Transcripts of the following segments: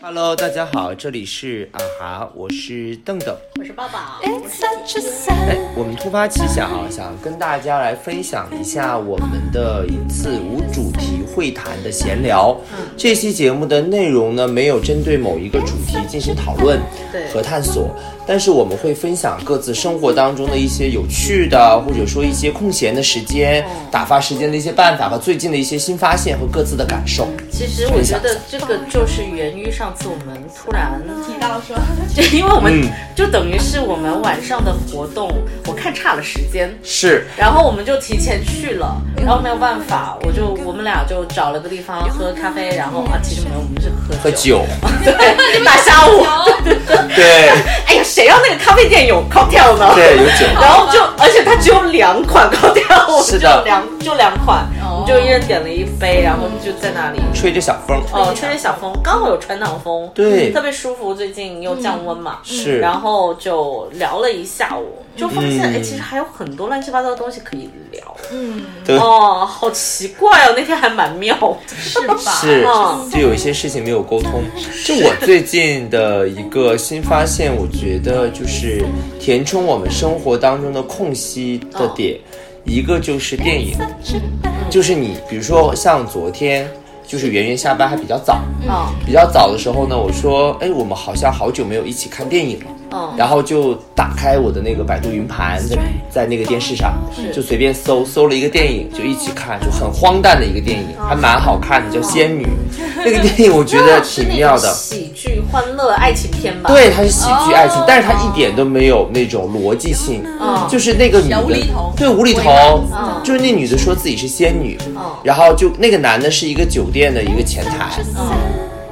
Hello，大家好，这里是啊哈，我是邓邓。我是抱抱， It's such a sad 哎， 我们突发奇想啊，想跟大家来分享一下我们的一次无主题会谈的闲聊。这期节目的内容呢，没有针对某一个主题进行讨论对和探索，但是我们会分享各自生活当中的一些有趣的，或者说一些空闲的时间、打发时间的一些办法和最近的一些新发现和各自的感受。其实我觉得这个就是源于上次我们突然，提到 说，对，因为我们嗯就等于是我们晚上的活动，我看差了时间，是，然后我们就提前去了，然后没有办法，我就我们俩就找了个地方喝咖啡，然后啊，其实没有，我们是喝喝酒，酒， 对，大下午，对 哎呀，谁让那个咖啡店有 cocktail 呢？对，有酒。然后就，而且它只有两款高调，我是们就的有两就两款，哦我们就一人点了一杯，然后就在那里。吹着小风，哦，吹着小风，刚好有穿堂风，对特别舒服。最近又降温嘛，是然后就聊了一下午，就发现嗯哎，其实还有很多乱七八糟的东西可以聊。嗯，对哦，好奇怪哦，那 天还蛮妙的。是吧？是嗯，就有一些事情没有沟通。就我最近的一个新发现，我觉得就是填充我们生活当中的空隙的点，一个就是电影， 就是你比如说像昨天，就是圆圆下班还比较早，嗯比较早的时候呢，我说，哎，我们好像好久没有一起看电影了。嗯，然后就打开我的那个百度云盘，在在那个电视上就随便搜，搜了一个电影就一起看，就很荒诞的一个电影，还蛮好看的，叫《仙女》。 那个电影我觉得挺妙嗯是那的种，喜剧欢乐爱情片吧？，对，它是喜剧爱情哦，但是它一点都没有那种逻辑性，嗯就是那个女的小无厘头对无厘头嗯，就是那女的说自己是仙女嗯，然后就那个男的是一个酒店的一个前台，嗯，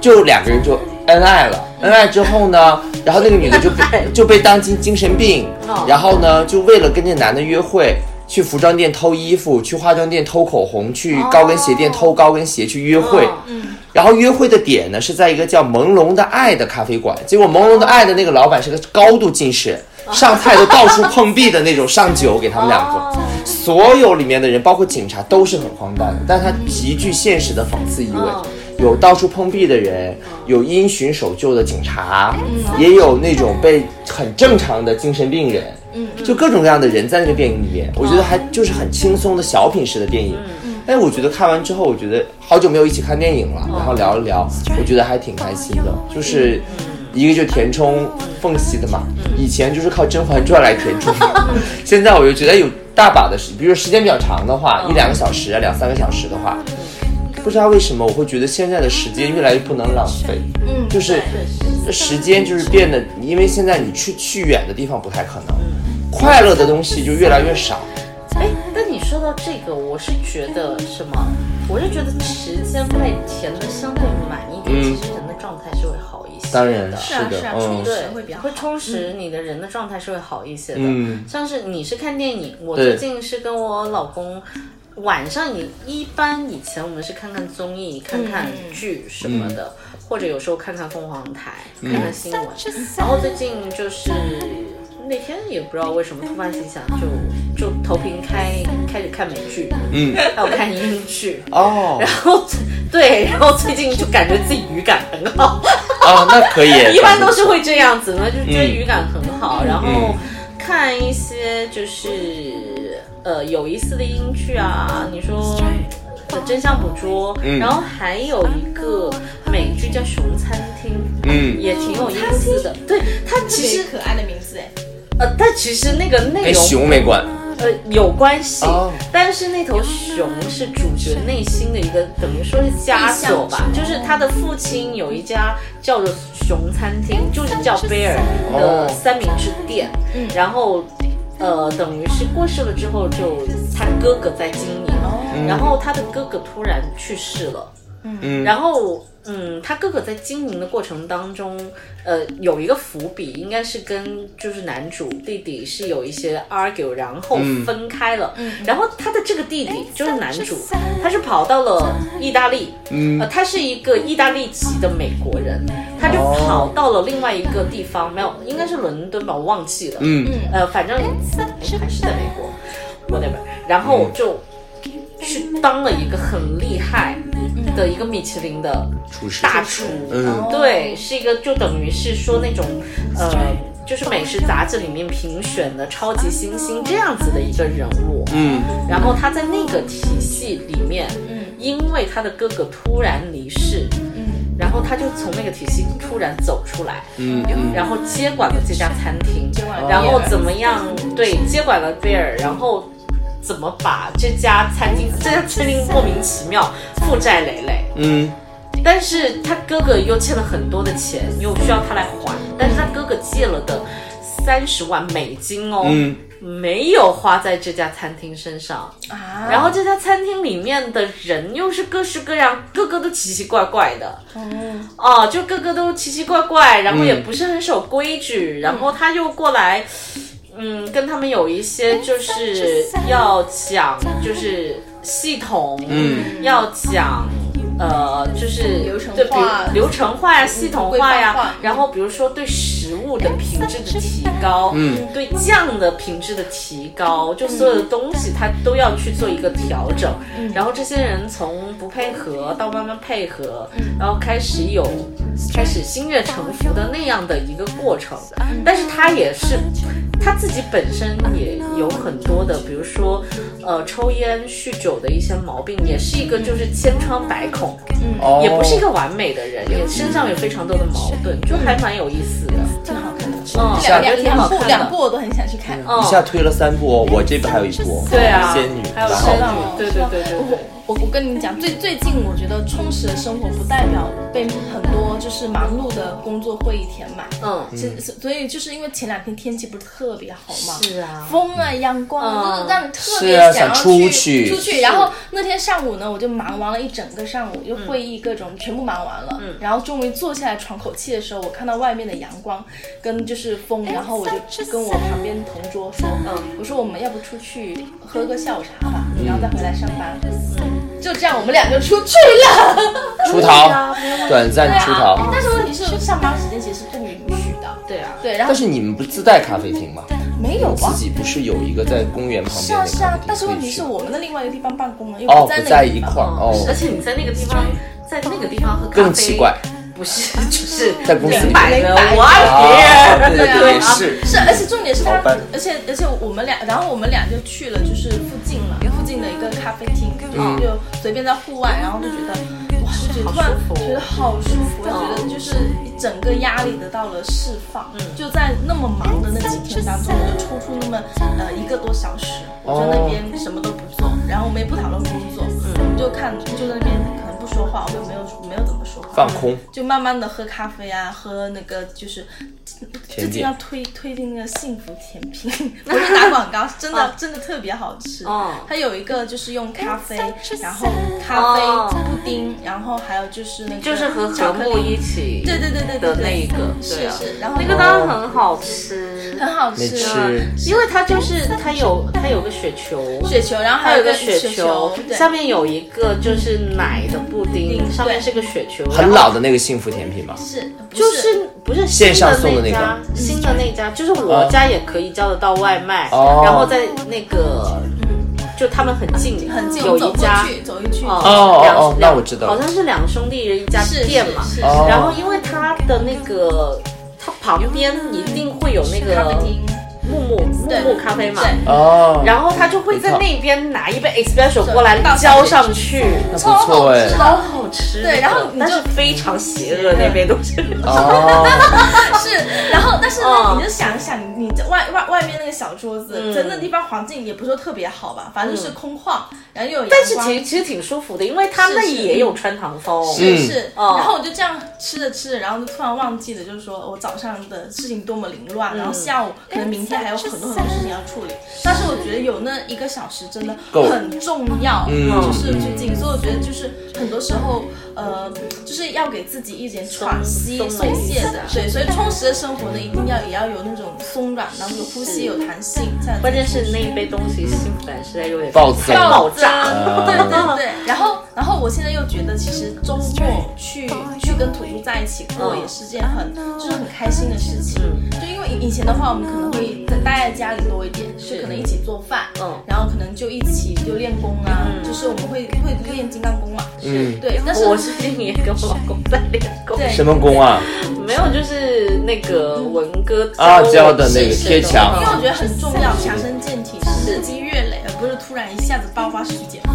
就两个人就恩爱了。恩爱之后呢，然后那个女的就恩爱被就被当精精神病哦，然后呢，就为了跟这男的约会，去服装店偷衣服，去化妆店偷口红，去高跟鞋店偷高跟鞋去约会。嗯，然后约会的点呢是在一个叫朦胧的爱的咖啡馆，结果朦胧的爱的那个老板是个高度近视，上菜都到处碰壁的那种，上酒给他哦们两个。所有里面的人，包括警察，都是很荒诞的，但他极具现实的讽刺意味。嗯有到处碰壁的人，有因循守旧的警察，也有那种被很正常的精神病人，嗯就各种各样的人在那个电影里面，我觉得还就是很轻松的小品式的电影。哎，我觉得看完之后，我觉得好久没有一起看电影了，然后聊一聊，我觉得还挺开心的。就是一个就填充缝隙的嘛，以前就是靠《甄嬛传》来填充， 现在我就觉得有大把的时，比如说时间比较长的话，一两个小时啊，两三个小时的话，不知道为什么我会觉得现在的时间越来越不能浪费，嗯就是时间就是变得，因为现在你去去远的地方不太可能，快乐的东西就越来越少。哎，但你说到这个，我是觉得什么？我是觉得时间被填的相对满一点，嗯其实人的状态是会好一些的。当然是啊的是啊，嗯是啊，对，会比较好会充实你的人的状态是会好一些的。嗯像是你是看电影，我对最近是跟我老公晚上一一般以前我们是看看综艺、看看剧什么的，嗯或者有时候看看凤凰台、看看新闻。然后最近就是那天也不知道为什么突发奇想，就就投屏开开始看美剧，嗯，还有看英剧。哦然后对，然后最近就感觉自己语感很好。哦，那可 以， 一般都是会这样子嘛，就觉得嗯语感很好，然后看一些就是呃有意思的英剧啊，你说。呃真相捕捉，嗯然后还有一个美剧叫《熊餐厅》，嗯也挺有意思的。对，哦它其其实实可爱的名字哎，呃，但其实那个内跟容哎熊没关。呃有关系哦，但是那头熊是主角内心的一个等于说是枷锁吧，就是他的父亲有一家叫做熊餐厅，就是叫贝尔的三明治店，然后。呃，等于是过世了之后，就他哥哥在经营，然后他的哥哥突然去世了，嗯，然后，嗯，他哥哥在经营的过程当中，呃，有一个伏笔，应该是跟就是男主弟弟是有一些 argue，然后嗯分开了。然后他的这个弟弟就是男主，他是跑到了意大利，嗯呃，他是一个意大利籍的美国人，他就哦跑到了另外一个地方，没有，应该是伦敦吧，我忘记了。嗯呃，反正哎还是在美国，我那边，然后就。去当了一个很厉害的一个米其林的厨师大厨，嗯对，是一个就等于是说那种呃，就是美食杂志里面评选的超级新星这样子的一个人物。嗯，然后他在那个体系里面，嗯因为他的哥哥突然离世，嗯然后他就从那个体系突然走出来，嗯嗯然后接管了这家餐厅管，了嗯然后贝尔怎么样？对，接管了贝尔，然后怎么把这家餐厅，这家餐厅莫名其妙负债累累，嗯，但是他哥哥又欠了很多的钱，又需要他来还，但是他哥哥借了的三十万美金哦，嗯没有花在这家餐厅身上，啊，然后这家餐厅里面的人又是各式各样，个个都奇奇怪怪的，哦，就个个都奇奇怪怪，然后也不是很守规矩，然后他又过来，嗯，跟他们有一些就是要讲就是系统，嗯要讲。呃，就是流程化对比如流程化呀、系统化呀规范化，然后比如说对食物的品质的提高，嗯，对酱的品质的提高，就所有的东西它都要去做一个调整。然后这些人从不配合到慢慢配合，然后开始有开始心悦诚服的那样的一个过程。但是他也是他自己本身也有很多的，比如说呃抽烟、酗酒的一些毛病，也是一个就是千疮百孔，哦，也不是一个完美的人，嗯也身上有非常多的矛盾，就还蛮有意思的。挺好看的，嗯，下两感觉两挺两好看部的。两部我都很想去看。嗯一下推了三部哦，我这边还有一部，对啊，仙女，还有然仙后女，对对对对对，我我跟你们讲，最最近我觉得充实的生活不代表被很多就是忙碌的工作会议填满。嗯，其实所以就是因为前两天天气不是特别好嘛，是啊，风啊，阳光嗯啊，就是让你特是别啊想要想出去去出去。然后那天上午呢，我就忙完了一整个上午，就嗯会议各种全部忙完了。然后终于坐下来喘口气的时候，我看到外面的阳光跟就是风，然后我就跟我旁边同桌说，嗯，我说我们要不出去喝个下午茶吧，嗯然后再回来上班。就这样，我们俩就出去了。出逃对啊没有问，题短暂出逃。但是问题是，上班时间其实是不允许的。对啊，对，然后但是你们不自带咖啡厅吗？没有啊自。己不是有一个在公园旁是边啊的是咖啊啡厅可以去？，但是问题是我们的另外一个地方办公啊了，又哦，在不那在个地一方块儿哦，嗯而且你在那个地方，在那个地方喝咖啡更奇怪，不是就是 在公司里明摆明着摆着我爱别啊人，对对也啊，是，是，而且重点是他好吧，而且而且我们俩，然后我们俩就去了，就是附近了，附近的一个咖啡厅，嗯就随便在户外，然后就觉得哇，就突然好舒服哦嗯觉得好舒服，觉得就是整个压力得到了释放，嗯就在那么忙的那几天当中，我就抽出那么呃一个多小时，我在那边哦什么都不做，然后我们也不讨论工作，嗯，就看就在那边可能不说话，我也没有没有怎么说话，放空就慢慢的喝咖啡啊，喝那个就是就甜经点常推推荐那个幸福甜品， 不是打广告，真的、真的特别好吃。哦它有一个就是用咖啡，然后咖哦啡布丁，然后还有就是那个就是和巧和克睦力，一起对对对对对的对那一个，对是啊，是，然后那个哦当然很好吃，很好没吃，吃，因为它就是啊它有它有个雪球，雪球，然后啊还还有有一个雪雪球，对嗯下面有一个就是奶的布丁，对上面是个雪球，很然后老的那个幸福甜品吧？是不就是不是新线上送的那个那家，新的那家就是我家也可以叫得到外卖，哦然后在那个嗯就他们很近，很近，有我们一走过家去走一去，哦哦两哦那我知道了好像是两兄弟一家是店嘛，是是哦然后因为它的那个它旁边一定会有那咖个啡厅，木木木对木咖啡嘛。对，哦，然后他就会在那边拿一杯 espresso 过来倒上去浇上去，那超不错好哎吃，超好哦吃的。对然后你就但是非常邪恶那杯东西。哦，是，然后但是呢，嗯你就想一想，你这外外外面那个小桌子，嗯在那地方环境也不是说特别好吧，反正就是空旷，然后又有阳 光。但是其实其实挺舒服的，因为他们是是也有穿堂风。嗯是是，哦然后我就这样吃着吃着，然后就突然忘记了，就是说我早上的事情多么凌乱，然后下午可能明天还有很多很多事情要处理。但是我觉得有那一个小时真的够很重要，嗯就是去进，所以我觉得就是很多时候，呃，就是要给自己一点喘息、松松懈松的，对，所以充实的生活呢，一定要也要有那种松软，然后有呼吸、有弹性，这样子关键是那一杯东西，幸福感实在有点暴增爆炸。嗯对对对。然后，然后我现在又觉得，其实周末去去跟土著在一起过也是件很就是很开心的事情。就因为以以前的话，我们可能会待在家里多一点，是可能一起做饭，嗯然后可能就一起就练功啊，就是我们会会练金刚功嘛， 嗯，对。但是 我最近也跟我老公在练功，对什么功啊？没有，就是那个文哥啊教的我那个健身贴墙的因为我话觉得很重要，强身健体是日积月累，而不是突然一下子爆发式减肥。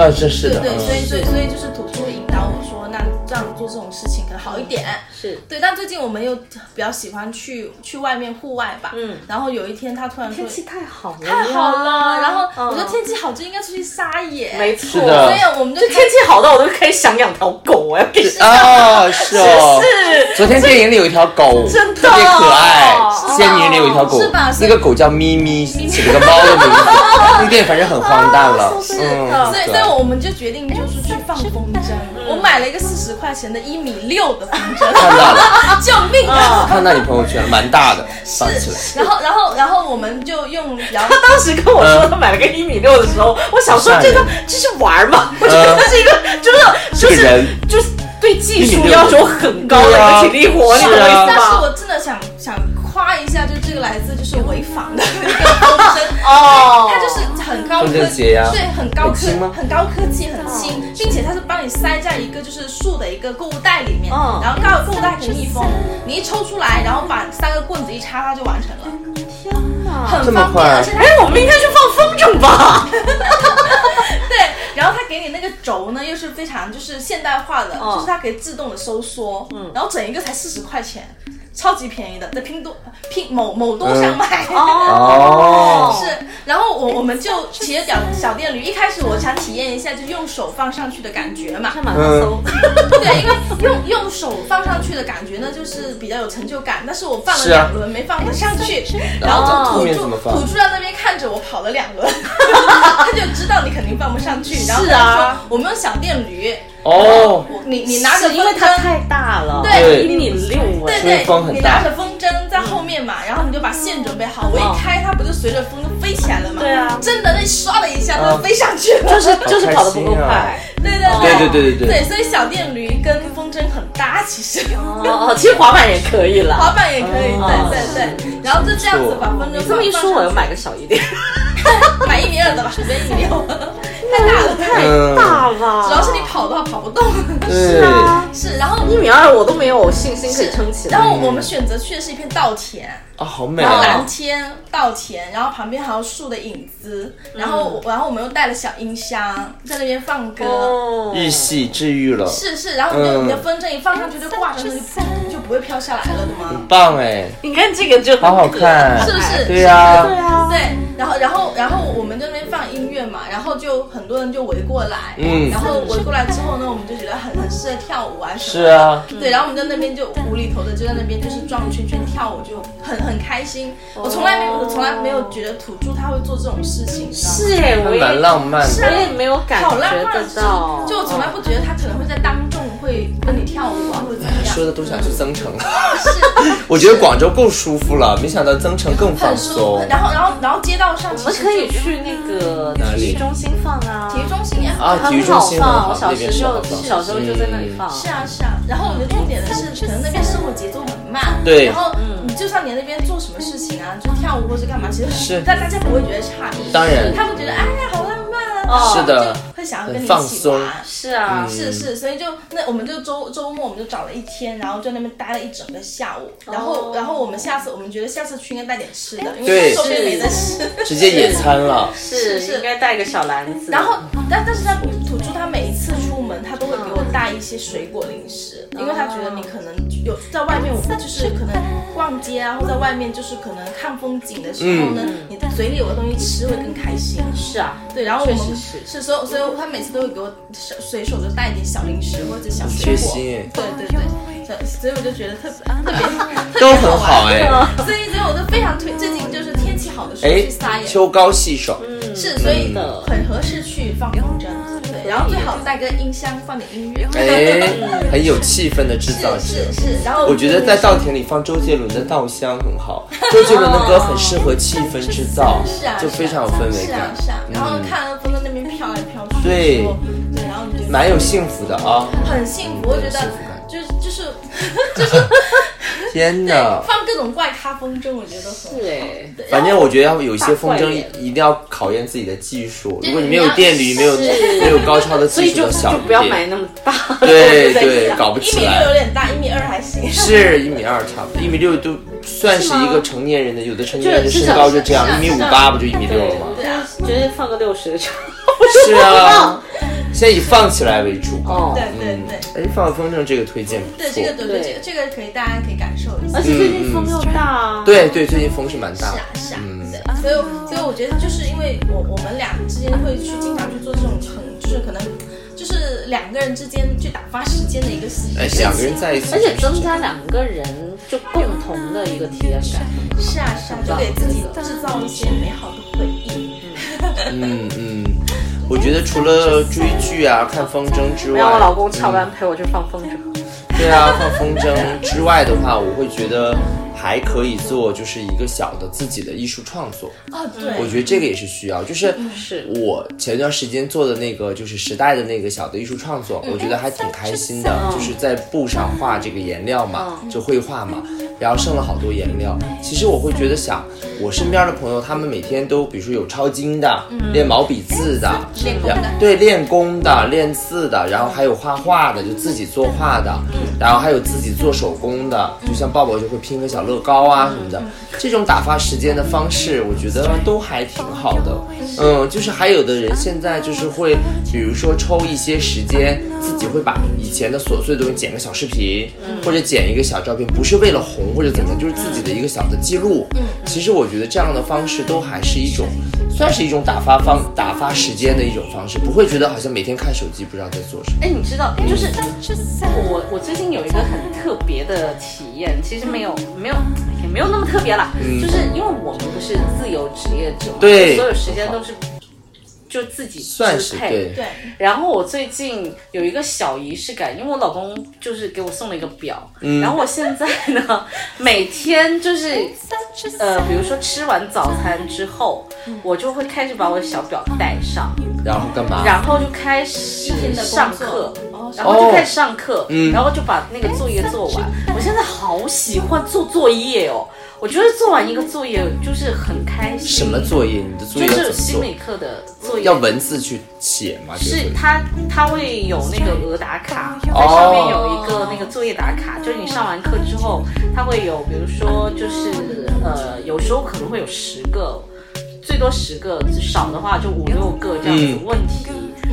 啊，这是的，对对，所以嗯，所以所以就是土著引导我说，那这样做这种事情可能好一点。是对，但最近我们又比较喜欢去去外面户外吧。嗯然后有一天他突然说天气太好了，太好了，然后我嗯说天气好就应该出去撒野。没是错，的所以我们就这开天气好到我都可以想养条狗，我要给谁？哦，是哦。是昨天电影里有一条狗，真的特别可爱是。吧仙女里有一条狗是吧，是那个狗叫咪咪，起了个猫的名 字。那个电影反正很荒诞了，是的嗯，啊所以，对所以我们就决定就是去放风筝。我买了一个四十块钱的一米六的风看筝，到了，救命啊！看到你朋友圈了蛮大的，放起来。然后，然后，然后我们就用比较 他当时跟我说嗯他买了个一米六的 时候，我想说吓这人呃个这是玩儿吗？我觉得他是一个就是就是人是就是对技术1.6要求很高的对啊一个体力活，你懂是我啊意思但是吗？我真的想想夸一下，就这个来自就是潍坊的一个风筝，哦，它就是很高科风筝节呀对，很高很轻科吗很高科技，很轻，嗯并且它是帮你塞在一个就是树的一个购物袋里面，嗯然后刚好购物袋可以密封，你一抽出来，然后把三个棍子一插，它就完成嗯了，这很么方快便，而且它哎，我们应该去放风筝吧？嗯对，然后它给你那个轴呢，又是非常就是现代化的，嗯就是它可以自动的收缩，嗯，然后整一个才四十块钱，超级便宜的，在拼多拼某某多上买。哦 是，然后我我们就骑着小小电驴，一开始我想体验一下就用手放上去的感觉嘛，看马上搜，对，因为用用手放上去的感觉呢，就是比较有成就感。但是我放了是啊两轮、没放得上去，啊然后后土面著怎么放土著在那边看着我跑了两轮， 他就知道你肯定放不上去，然后是他就啊说我们用小电驴，哦，我你你拿着是因为风它筝太大了，对一米六哎对，因为风对，很你大拿着风筝在后面嘛，然后你就把线准备好，我一开它不就随着风就飞起来了嘛？哦对啊真的那唰的一下它就飞上去了，就是就是跑得不够好开快。对对啊哦对对对对对所以小电驴跟风筝很搭，其实。哦，其实滑板也可以滑啦。板也可以，哦对对对，然后就这样子把风筝这么一放说，我上要买个小一点，去买一米二的吧，随便一米六，太大了，太嗯，大了。主要是你跑的话跑不动， 对，是，啊然后一米二，我都没有信心可以撑起来。然后我们选择去的是一片稻田，啊，好美哦啊蓝，天稻田，然后旁边还有树的影子，然后我然后我们又带了小音箱在那边放歌。哦日系治愈了，是是，然后你就嗯你的风筝一放上去就挂上去，就就不会飘下来了的吗？很棒哎，你看这个就很好好可爱看，是不是对呀，啊，对，然后然后然后我们这边放音乐嘛，然后就很多人就围过来，嗯然后围过来之后呢，我们就觉得很很适合跳舞啊什是么。啊，对，然后我们在那边就无厘头的就在那边就是转圈圈跳舞，就很很开心。哦我从来没有，我从来没有觉得土著他会做这种事情，你知道吗？是哎，我还也蛮浪漫的。我啊也没有感好浪觉漫，啊得到，就就我从来不觉得他可能会在当众会跟你跳舞啊，或者怎么样。说的都想去增城了，是我觉得广州够舒服了，没想到增城更放很舒服松。。然后然后然后街道上我其们实可以就去那个哪里体育中心放啊，体育中心也很啊，体育很中好心很放，好我小那时边就是好放小时候就在那里放。是啊是啊，然后我觉得重点的是，可能那边生活节奏很慢，对然后你就算你在那边做什么事情啊，就跳舞或者干嘛，其实是但大家不会觉得差异，当然他们觉得哎呀好浪漫啊，哦是的，会想要跟你很一放起玩松。嗯是啊，是是，所以就那我们就周周末我们就找了一天，然后就在那边待了一整个下午，然后、哦然后我们下次我们觉得下次去应该带点吃的，因对为周边没得吃。直接野餐了，是是应该带个小篮子，然后，但但是他土著他每一次出门，他都会给我带一些水果零食，因为他觉得你可能有在外面，我们就是可能逛街啊，或在外面就是可能看风景的时候呢，你嘴里有个东西吃会更开心。是啊，对，然后我确们实是是所以所以他每次都会给我手随手就带一点小零食或者小水贴果， 心哎，对对对，所以所以我就觉得特特别都很好 哎。所以所以我都非常推，最近就是天气好的时候去撒哎，野，秋高气爽，是，所以嗯的很合适去放风筝，对，然后最好带个音箱放点音乐， 哎，很有气氛的制造是性。是是，然后嗯我觉得在稻田里放周杰伦的《稻香》很 好，周杰伦的歌很适合气氛制造是啊，就非常有氛围是啊感。嗯是啊，然后看风筝那边飘来飘去，对对，然后你就蛮有幸福的啊。很幸福，我觉幸得福感就是就是天对哪！ 放各种怪咖风筝，我觉得都很好是哎，反正我觉得要有一些风大筝怪脸，一定要考验自己的技术。对如果你没有电驴，没有没有高超的所技以术就的小就一不要点买那么大， 对在对，想搞不一起米六有来。点大，一米二还行。是一米二差不多，一米六都算是一个成年人的，有的成年人的就是身至少高就这样，是一米五八不就一米六了吗？对啊，觉得放个六十的就。是啊，现在以放起来为主吧。哦对对嗯对，哎，放风筝这个推荐不对错。这个对对这对个这个可以大家可以感受一下而。且最近风又大嗯啊，对对，最近风是蛮大是的啊。是啊，嗯对，所以我所以我觉得就是因为我我们俩之间会去经常去做这种很就是可能就是两个人之间去打发时间的一个事哎，两个人在一起，而且增加两个人就共同的一个体验感。是啊是啊，就给自己制造一些美好的回忆。嗯嗯，我觉得除了追剧啊、看风筝之外，让啊我老公翘班陪我去放风筝。对啊，放风筝之外的话，我会觉得还可以做就是一个小的自己的艺术创作。哦我对，嗯觉得这个也是需要，就是是我前段时间做的那个就是时代的那个小的艺术创作，嗯我觉得还挺开心哎的，就是在布上画这个颜料嘛，嗯就绘画嘛，然后剩了好多颜料。其实我会觉得想，我身边的朋友他们每天都，比如说有抄经的，练毛笔字的，嗯练功的然后对，练功的，练字的，然后还有画画的，就自己作画的，嗯然后还有自己做手工的，就像抱抱就会拼个小乐高啊什么的，这种打发时间的方式，我觉得都还挺好的。嗯，就是还有的人现在就是会，比如说抽一些时间，自己会把以前的琐碎的东西剪个小视频，嗯或者剪一个小照片，不是为了红或者怎么样，就是自己的一个小的记录。嗯其实我觉得这样的方式都还是一种。算是一种打发方打发时间的一种方式，不会觉得好像每天看手机不知道在做什么。哎，你知道，就是我我最近有一个很特别的体验，其实没有没有也没有那么特别啦，就是因为我们不是自由职业者嘛，对所有时间都是就自己算支是配，对，对，然后我最近有一个小仪式感，因为我老公就是给我送了一个表，然后我现在呢，每天就是呃，比如说吃完早餐之后，我就会开始把我的小表带上，然后干嘛？然后就开始天的工作上课哦，然后就开始上课，嗯嗯然后就把那个作业做完。我现在好喜欢做作业哦，我觉得做完一个作业就是很开心。什么？作业？你的作就业要是怎心理么课的作做？业要文字去写吗？这个是作业它它会有那个额打卡，在哦上面有一个那个作业打卡，就是你上完课之后，它会有，比如说就是呃，有时候可能会有十个，最多十个，少的话就五六个这样子嗯问题。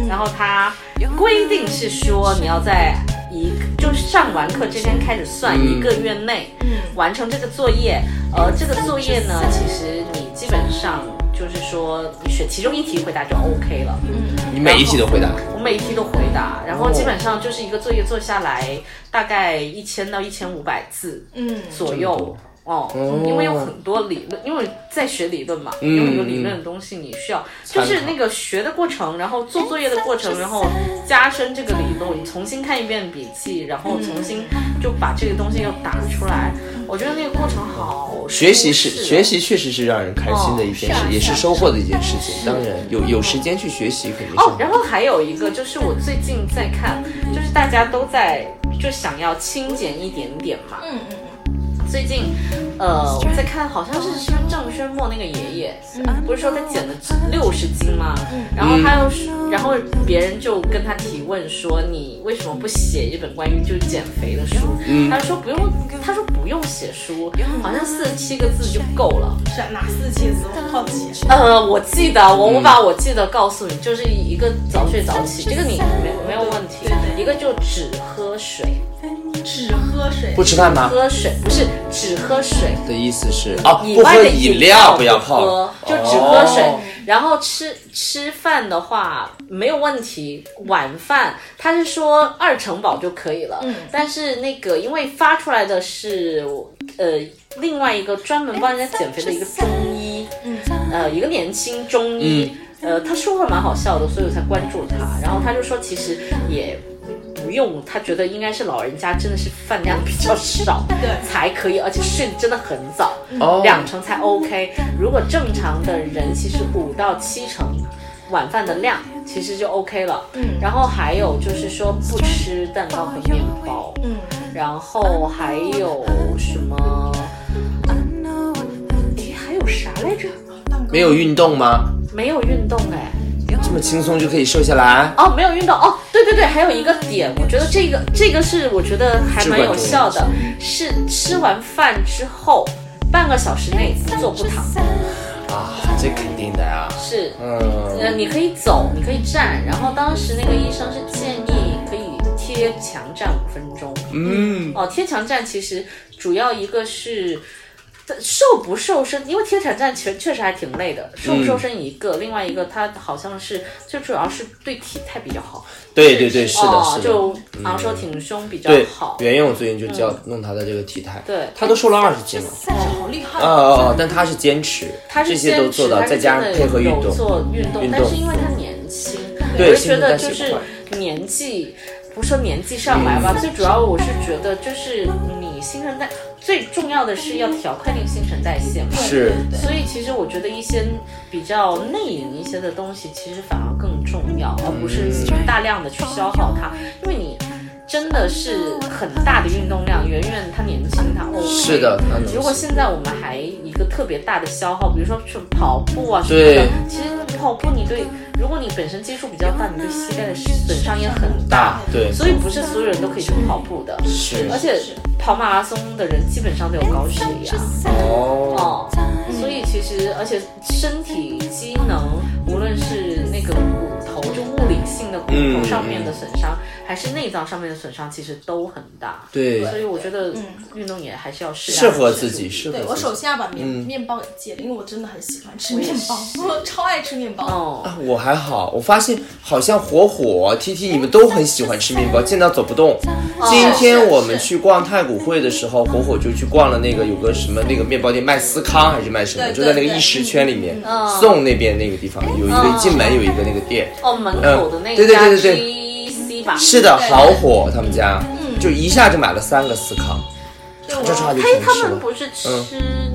然后它规定是说你要在一就是上完课这天开始算嗯一个月内完成这个作业，而这个作业呢，其实你基本上就是说你选其中一题回答就 OK 了。你每一题都回答。我每一题都回答，然后哦基本上就是一个作业做下来大概一千到一千五百字嗯，左这么右多。哦，因为有很多理论，因为在学理论嘛，嗯有很多理论的东西，你需要就参考是那个学的过程，然后做作业的过程，然后加深这个理论，你重新看一遍笔记，然后重新就把这个东西又打出来。我觉得那个过程好学习是舒适哦学习，确实是让人开心的一件事，哦是啊也是是啊收获的一件事情。当然，有有时间去学习肯定是哦，然好。后还有一个就是我最近在看，就是大家都在就想要清简一点点嘛。嗯嗯最近，呃，我在看好像是是不是郑轩墨那个爷爷，嗯不是说他减了六十斤吗？然后他又是，然后别人就跟他提问说你为什么不写一本关于就是减肥的书？他说不用，他说不用写书，好像四十七个字就够了。嗯，是啊，哪四期字？我好奇。呃，我记得，我我把我记得告诉你，就是一个早睡嗯早起，这个你没没有问题。一个就只喝水，只喝水，不吃饭吗？喝水不是只喝水，的意思是哦，以不外喝的饮料料不要泡喝，，就只喝水。哦然后吃吃饭的话没有问题，晚饭他是说二成饱就可以了。嗯，但是那个因为发出来的是呃另外一个专门帮人家减肥的一个中医，嗯，呃一个年轻中医。嗯呃，他说话蛮好笑的，所以我才关注他。然后他就说，其实也不用，他觉得应该是老人家真的是饭量比较少，对才可以，而且睡得真的很早，哦两成才 OK。如果正常的人，其实五到七成晚饭的量其实就 OK 了。嗯，然后还有就是说不吃蛋糕和面包，嗯，然后还有什么？诶，还有啥来着？没有运动吗？没有运动哎、这么轻松就可以瘦下来？哦，没有运动哦，对对对，还有一个点，我觉得这个这个是我觉得还蛮有效的，是吃完饭之后半个小时内坐不躺，哦啊，这肯定的呀、是，呃，嗯，你可以走，你可以站，然后当时那个医生是建议可以贴墙站五分钟，嗯，哦，贴墙站其实主要一个是。呃瘦不瘦身，因为贴墙站确确实还挺累的，瘦不瘦身一个，另外一个它好像是最主要是对体态比较好，对对对，是的，哦是，的。嗯就昂首挺胸比较对好，。嗯袁咏最近就教弄她的这个体态，对她都瘦了二十斤了。但是好厉害哦哦哦，但她是坚持，他是这些坚都持，做他到，是再加上真的配合运有动，做运动，运但是动因为他年轻，对我是觉得新陈代谢就不嗯是快年纪，不说年纪上来吧，最主要我是觉得就是你新陈代，最重要的是要调快点新陈代谢嘛。是所以其实我觉得一些比较内隐一些的东西，其实反而更重要，而不是大量的去消耗它，因为你。真的是很大的运动量，圆圆她年轻，她 OK。是的她能如果现在我们还一个特别大的消耗，比如说去跑步啊什么的对，其实跑步你对，如果你本身基数比较大，你对膝盖的损伤也很大大，对所以不是所有人都可以去跑步的。是而且跑马拉松的人基本上都有高血压，哦，哦，所以其实而且身体机能，无论是那个骨头，就物理性的骨头嗯上面的损伤，还是内脏上面的损伤，其实都很大。对所以我觉得嗯运动也还是要适适合量地自己，去适合对自己。我首先要把嗯面面包给戒了，因为我真的很喜欢吃面包，我超爱吃面包。哦，啊我还好，我发现好像火火、T T 你们都很喜欢吃面包，见到走不动。哦今天我们去逛太古汇的时候，火火就去逛了那个有个什么那个面包店，卖司康还是卖什么，对就在那对个对一食圈里面，嗯宋那边那个地方有一个，一进门有一个那个店。哦，门口的那嗯对对家对对 GC 吧，是的，好火，他们家嗯就一下就买了三个司康，对，这我差就嘿，全哎他吃们了。不是吃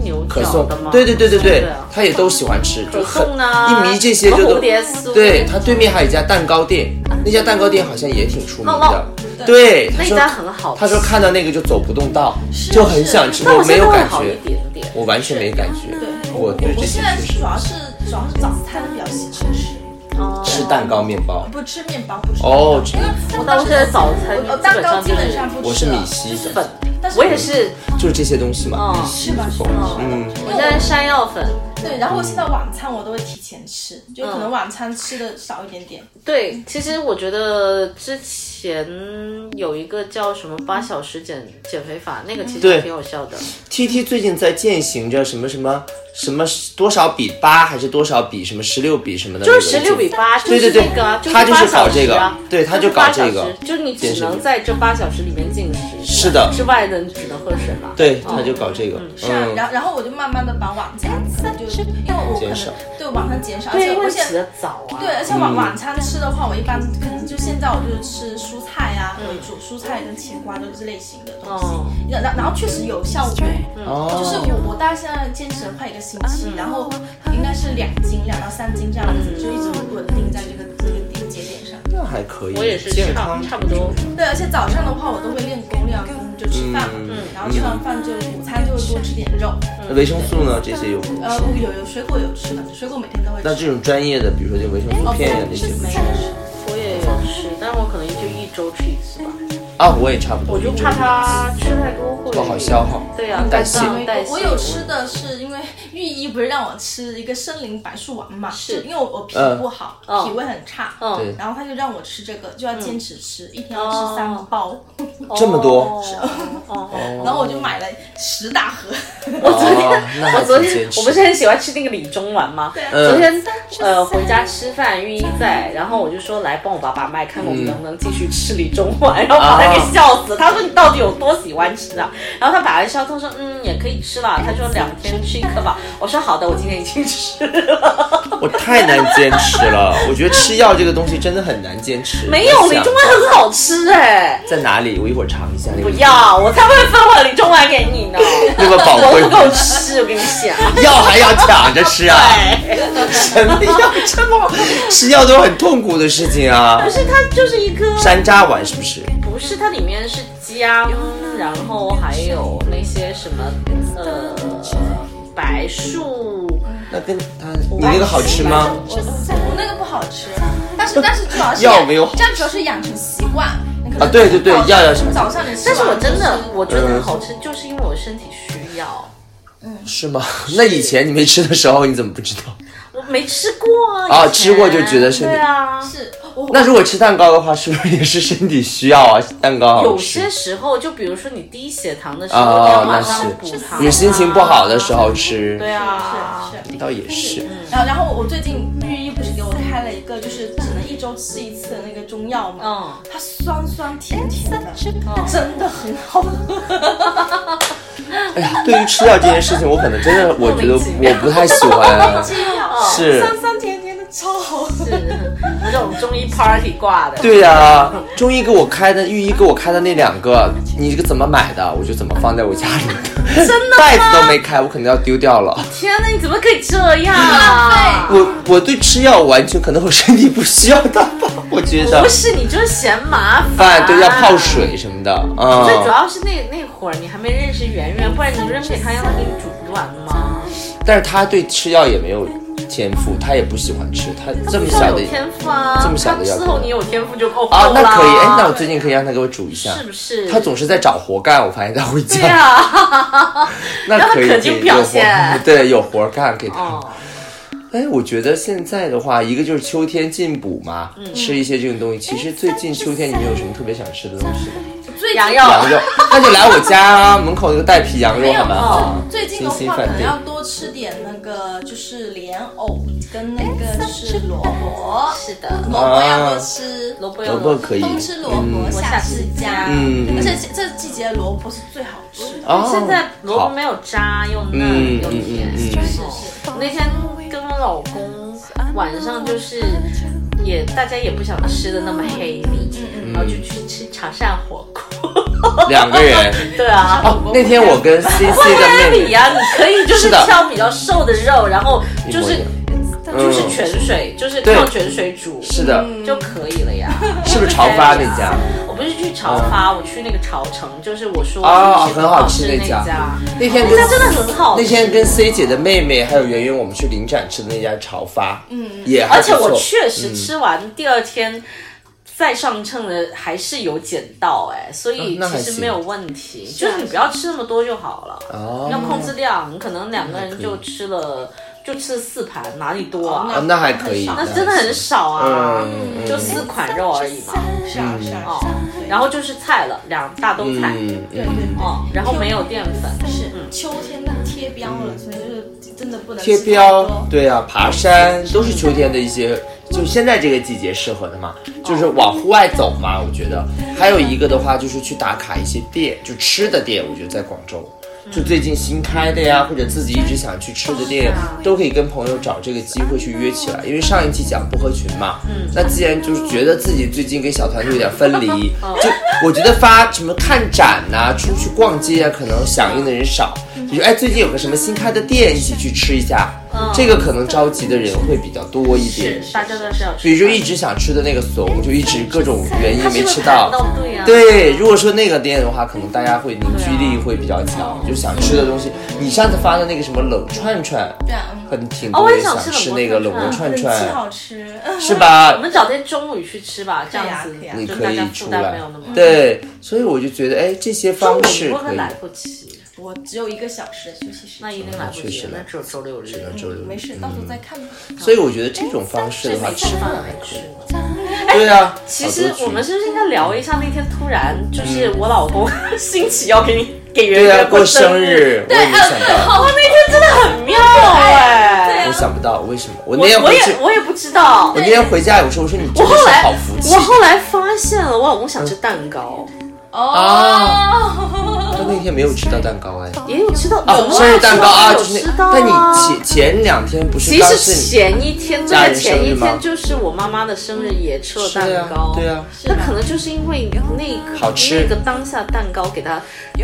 牛可角颂的吗？，嗯对对对对对啊，他也都喜欢吃，就可很颂啊，一迷这些什就么都蝴蝶酥，对，他对面还有一家蛋糕店，啊那家蛋糕店好像也挺出名旺旺的。对，他那说家很好吃他说看到那个就走不动道，就很想吃，但我我没现在有会感好一觉，点点。我完全没感觉。我对这我些现在确主实要是主要是早餐比较喜欢吃，哦，吃蛋糕面包。不吃面包，不吃面包。哦，这我但当我时现在早餐我呃基蛋本糕上基就本是上不吃了，我是米西就是粉，但是我也是，就是这些东西嘛，哦是吧够是吧了嗯，我现在山药粉，对，然后我现在晚餐我都会提前吃，就可能晚餐吃的少一点点。对，其实我觉得之前有一个叫什么八小时减减肥法，那个其实对还挺有效的。 T T 最近在践行着什么什么什么多少比八还是多少比什么十六比什么的那就个，是十六比八，就对是对对那个啊，他就就是是八小搞这时啊个对他就就搞八小这时个就是你健只身能在这八小时里面进食，是的之外的你只能喝水嘛。对，哦他就搞这个，是啊，嗯，然后然后我就慢慢的把晚餐可能就，因为我可减能少嗯对晚餐减少，而对，且因我为现起得早啊。对，而且晚晚餐吃的话，我一般可能就现在我就吃蔬菜啊为主，蔬菜跟甜瓜都是类型的东西哦。然然然后确实有效果，就是哦，我我大概现在坚持了快一个星嗯期，然后应该是两斤两到三斤这样子，就一直稳定在这个这个点节点上。那还可以，我也是健差康差不多。对，而且早上的话我都会练功，练完功就吃饭嘛，嗯然后吃完饭就午餐就会多吃点肉，那维生素呢？这些有，呃，有有水果有吃的，水果每天都会吃。那这种专业的，比如说这维生素哦，片呀那吃些没有吃。我也有吃，但是我可能就一周吃一次吧。啊，我也差不多，我就怕它吃太多会不好消耗对呀、啊，代肝谢脏代谢。我我有吃的是因为御医不是让我吃一个参苓白术丸嘛，是因为我我脾不好，嗯脾胃很差，嗯对然后他就让我吃这个，就要坚持吃，一天要吃三包，这么多哦哦哦然后我就买了十大盒，我昨天哦 那，还我昨挺天坚，持我不是很喜欢吃那个李中丸吗？嗯昨天呃回家嗯吃饭，御医在，然后我就说来帮我爸把脉，看我们能不能继续吃李中丸，然后把那啊他给笑死。他说你到底有多喜欢吃啊？然后他把来烧，他说嗯也可以吃了。他说两天吃一颗吧。我说好的，我今天已经吃了。 我太难坚持了，我觉得吃药这个东西真的很难坚持。没有我李想中文很好吃哎、在哪里？我一会儿尝一下那个。不要，我才不会分我李中文给你呢。那么宝我贵不，够吃，我跟你讲。 哎药还要抢着吃啊！对，什么药这么吃药都很痛苦的事情啊不！是它就是一颗，山楂丸是不是？不是它里面是姜，然后还有那些什么呃白树，那跟它你那个好吃吗？我那个不好吃，但是但是主要 是药没有好吃但主要是养成习惯。你可能啊对对对早上药要什么早上你吃但完是就是，我真的我觉得好吃，就是因为我身体需要。是吗？那以前你没吃的时候你怎么不知道？我没吃过啊啊以前吃过就觉得是你对啊。是我 那如果吃蛋糕的话，是不是也是身体需要啊？蛋糕好有吃些时候，就比如说你低血糖的时候，啊要马那上是补糖、啊。你心情不好的时，候吃，对啊，嗯是是。倒也是。然后，然后我最近御医不是给我开了一个，就是只能一周吃一次的那个中药嘛，嗯，哎它酸酸甜甜的，真的很好喝。哎呀，对于吃药这件事情，我可能真 的，我觉得我不太喜欢。啊是，酸酸甜甜的，超好喝。是那种中医 party 挂的。对呀、中医给我开的，御医给我开的那两个，你这个怎么买的？我就怎么放在我家里的，真的吗袋子都没开，我可能要丢掉了。天哪，你怎么可以这样啊？我我对吃药完全可能我身体不需要它吧，我觉得不。是，你就是嫌麻饭烦。哎对要泡。水什么的，最主嗯，要是那那会儿你还没认识圆嗯圆，不然你扔给他让他给你煮完吗？但是他对吃药也没有天赋，他也不喜欢吃，他这么不需小要有的天赋啊，这么小的他药伺候你有天赋就够够啊，了。那可以，哎，那我最近可以让他给我煮一下，是不是？他总是在找活干，我发现他回对家，啊， 那可以让他给可劲有表活现， 对，有活干给他。哦，哎，我觉得现在的话，一个就是秋天进补嘛，嗯吃一些这种东西。其实最近秋天你们有什么特别想吃的东西吗？最羊近肉羊肉，那就来我家啊，门口那个带皮羊肉没有好哦吗？最近的新兴话，饭可店能要多吃点那个，就是莲藕跟那哎个就是萝卜，是的，萝卜要啊多吃。萝卜萝卜可以，冬吃萝卜，夏吃姜，嗯嗯而且这这季节的萝卜是最好吃的。哦，现在萝卜没好有渣，又嫩嗯又嗯甜。嗯然嗯后我那天跟我老公晚上就是也大家也不想吃的那么黑嗯腻，然后就去吃潮汕火锅。两个人。 对啊，哦，那天我跟 C C 的妹比妹，呀，你可以就是是的挑比较瘦的肉，然后就一模一是样嗯就是泉水，就是对靠泉水煮嗯是的，就可以 了呀。是不是潮发那家？我不是去潮发，我去那个潮城，就是我说哦我去嗯很好吃那那家家，那天那跟家真的很好吃。那天跟 C 姐的妹妹还有圆圆，我们去领展吃的那家潮发，嗯，也还而不且我错嗯确实吃完第二天再上秤的还是有减到哎、所以嗯那还其实行啊没有问题，就是你不要吃那么多就好了，哦要控制量，你可能两个人就吃了就吃了四盘，哪里多啊？啊，那还可以，那真的很少啊，嗯就四款肉而已嘛。是啊是啊，哦，然后就是菜了，两大兜菜，嗯对对嗯，对，哦，然后没有淀粉，是秋天贴标了，所以就是真的不嗯能贴吃太标多，对啊，爬山都是秋天的一些，就现在这个季节适合的嘛，就是往户外走嘛。我觉得还有一个的话就是去打卡一些店，就吃的店，我觉得在广州。就最近新开的呀，或者自己一直想去吃的店，都可以跟朋友找这个机会去约起来。因为上一期讲不合群嘛，那既然就是觉得自己最近跟小团队有点 分离，就我觉得发什么看展呐、出去逛街啊，可能响应的人少。就说哎，最近有个什么新开的店，一起去吃一下。这个可能着急的人会比较多一点嗯是，大家都是要吃。比如就一直想吃的那个怂，就一直各种原因他是没不吃是看到对呀、啊？对，如果说那个店的话，可能大家会凝聚啊力会比较强，就想吃的东西。你上次发的那个什么冷串串，对啊，嗯很挺哦多我也人想吃吃冷那个冷锅锅串串冷气串，好吃。 是我吧？们找天中午去吃吧，这样子可以啊可以啊你就可大以家负出担来没有那么。，对，所以我就觉得，哎，这些中方式午我可可以。来不及，我只有一个小时的休息时那一间，定来不嗯确及实，那来只有周六日。周六没事，到时嗯候再看吧。所以我觉得这种方式的话，没吃吃饭饭还还可吃以。对啊，其实好多我们局是不是应该聊一下那天突然就是我老公 兴起要给你给圆对啊，圆过生生，日我也没想到，哇，那天真的很妙哎！我想不到为什么。我那我天我回去也，我也不知道我。那天回家，我说我说你我真的后是来好福气我。后来发现了，我老公想吃蛋糕，啊但那天没有吃到蛋糕哎。也有吃到啊，有啊生日蛋糕啊，有就是吃那。到但你啊。前前两天不是其刚实是你前一天，对家啊，人生前一日吗天就是我妈妈的生日，也吃了是蛋啊糕，，对啊，那可能就是因为那好吃那个当下蛋糕给他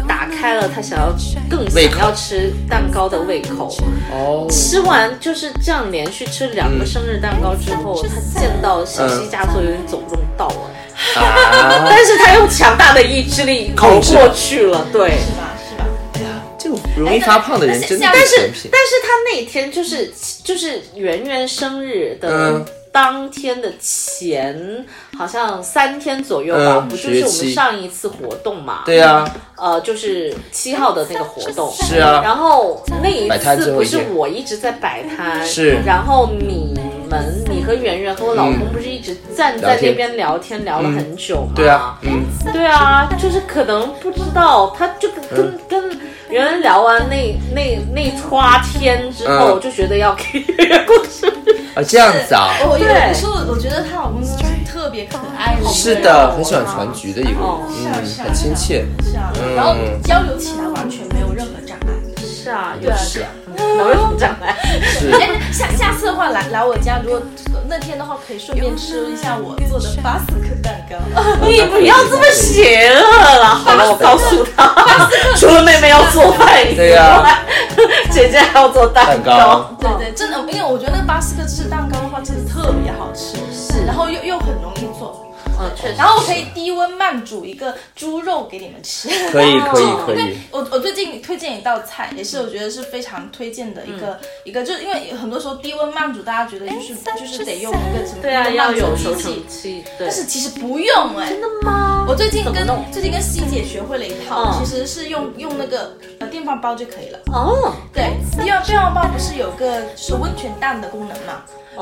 打开了他想要更想要吃蛋糕的胃口。哦，吃完就是这样，连续吃两嗯个生日蛋糕之后，他见到小西佳作有点走不动道了，啊，但是他用强大的意志力熬控制过去了，对。 是吧？是吧？这种容易发胖的人真的但是神品。但是他那天就是就是圆圆生日的嗯当天的前，好像三天左右吧，嗯不就是我十们月七上一次活动嘛？对啊，呃，就是七号的那个活动。是啊，然后那一摆摊次最后不一是天我一直在摆摊，是然后你们，你和圆圆和我老公嗯不是一直站聊在那天边聊天，聊了嗯很久吗？对啊，嗯，对啊，就是可能不知道，他就跟跟跟原来聊完那那那花天之后，嗯就觉得要 给月月过生日。啊这样子啊，哦我有对有时候我觉得她老公真的是特别可爱，是的，很喜欢传局的一个人，哦嗯，很亲切。是啊，嗯然后交流起来完全没有任何障碍。是啊，也有是啊，哪有什么障碍？是哎，下下次的话来来我家，如果那天的话可以顺便吃一下我做的巴斯克蛋糕。你不要这么邪恶了。好了，我告诉 他，除啊了妹妹要做饭以外，对啊姐姐还要做蛋蛋糕对对，真的，因为我觉得那个巴斯克吃蛋糕的话，真的特别好吃，是，然后又又很容易做，嗯，确实。然后我可以低温慢煮一个猪肉给你们吃。 可以可以可以，我我最近推荐一道菜，也是我觉得是非常推荐的一个、嗯一个，就是因为很多时候低温慢煮，大家觉得哎就是就是得用一个什么对啊，低温要慢有煮熟机器成，期，对但。是其实不用哎、真的吗？我最近跟怎么弄最近跟西姐学会了一套，嗯其实是用用那个呃电饭煲就可以了。哦，对，电饭电饭煲不是有个就是温泉蛋的功能嘛？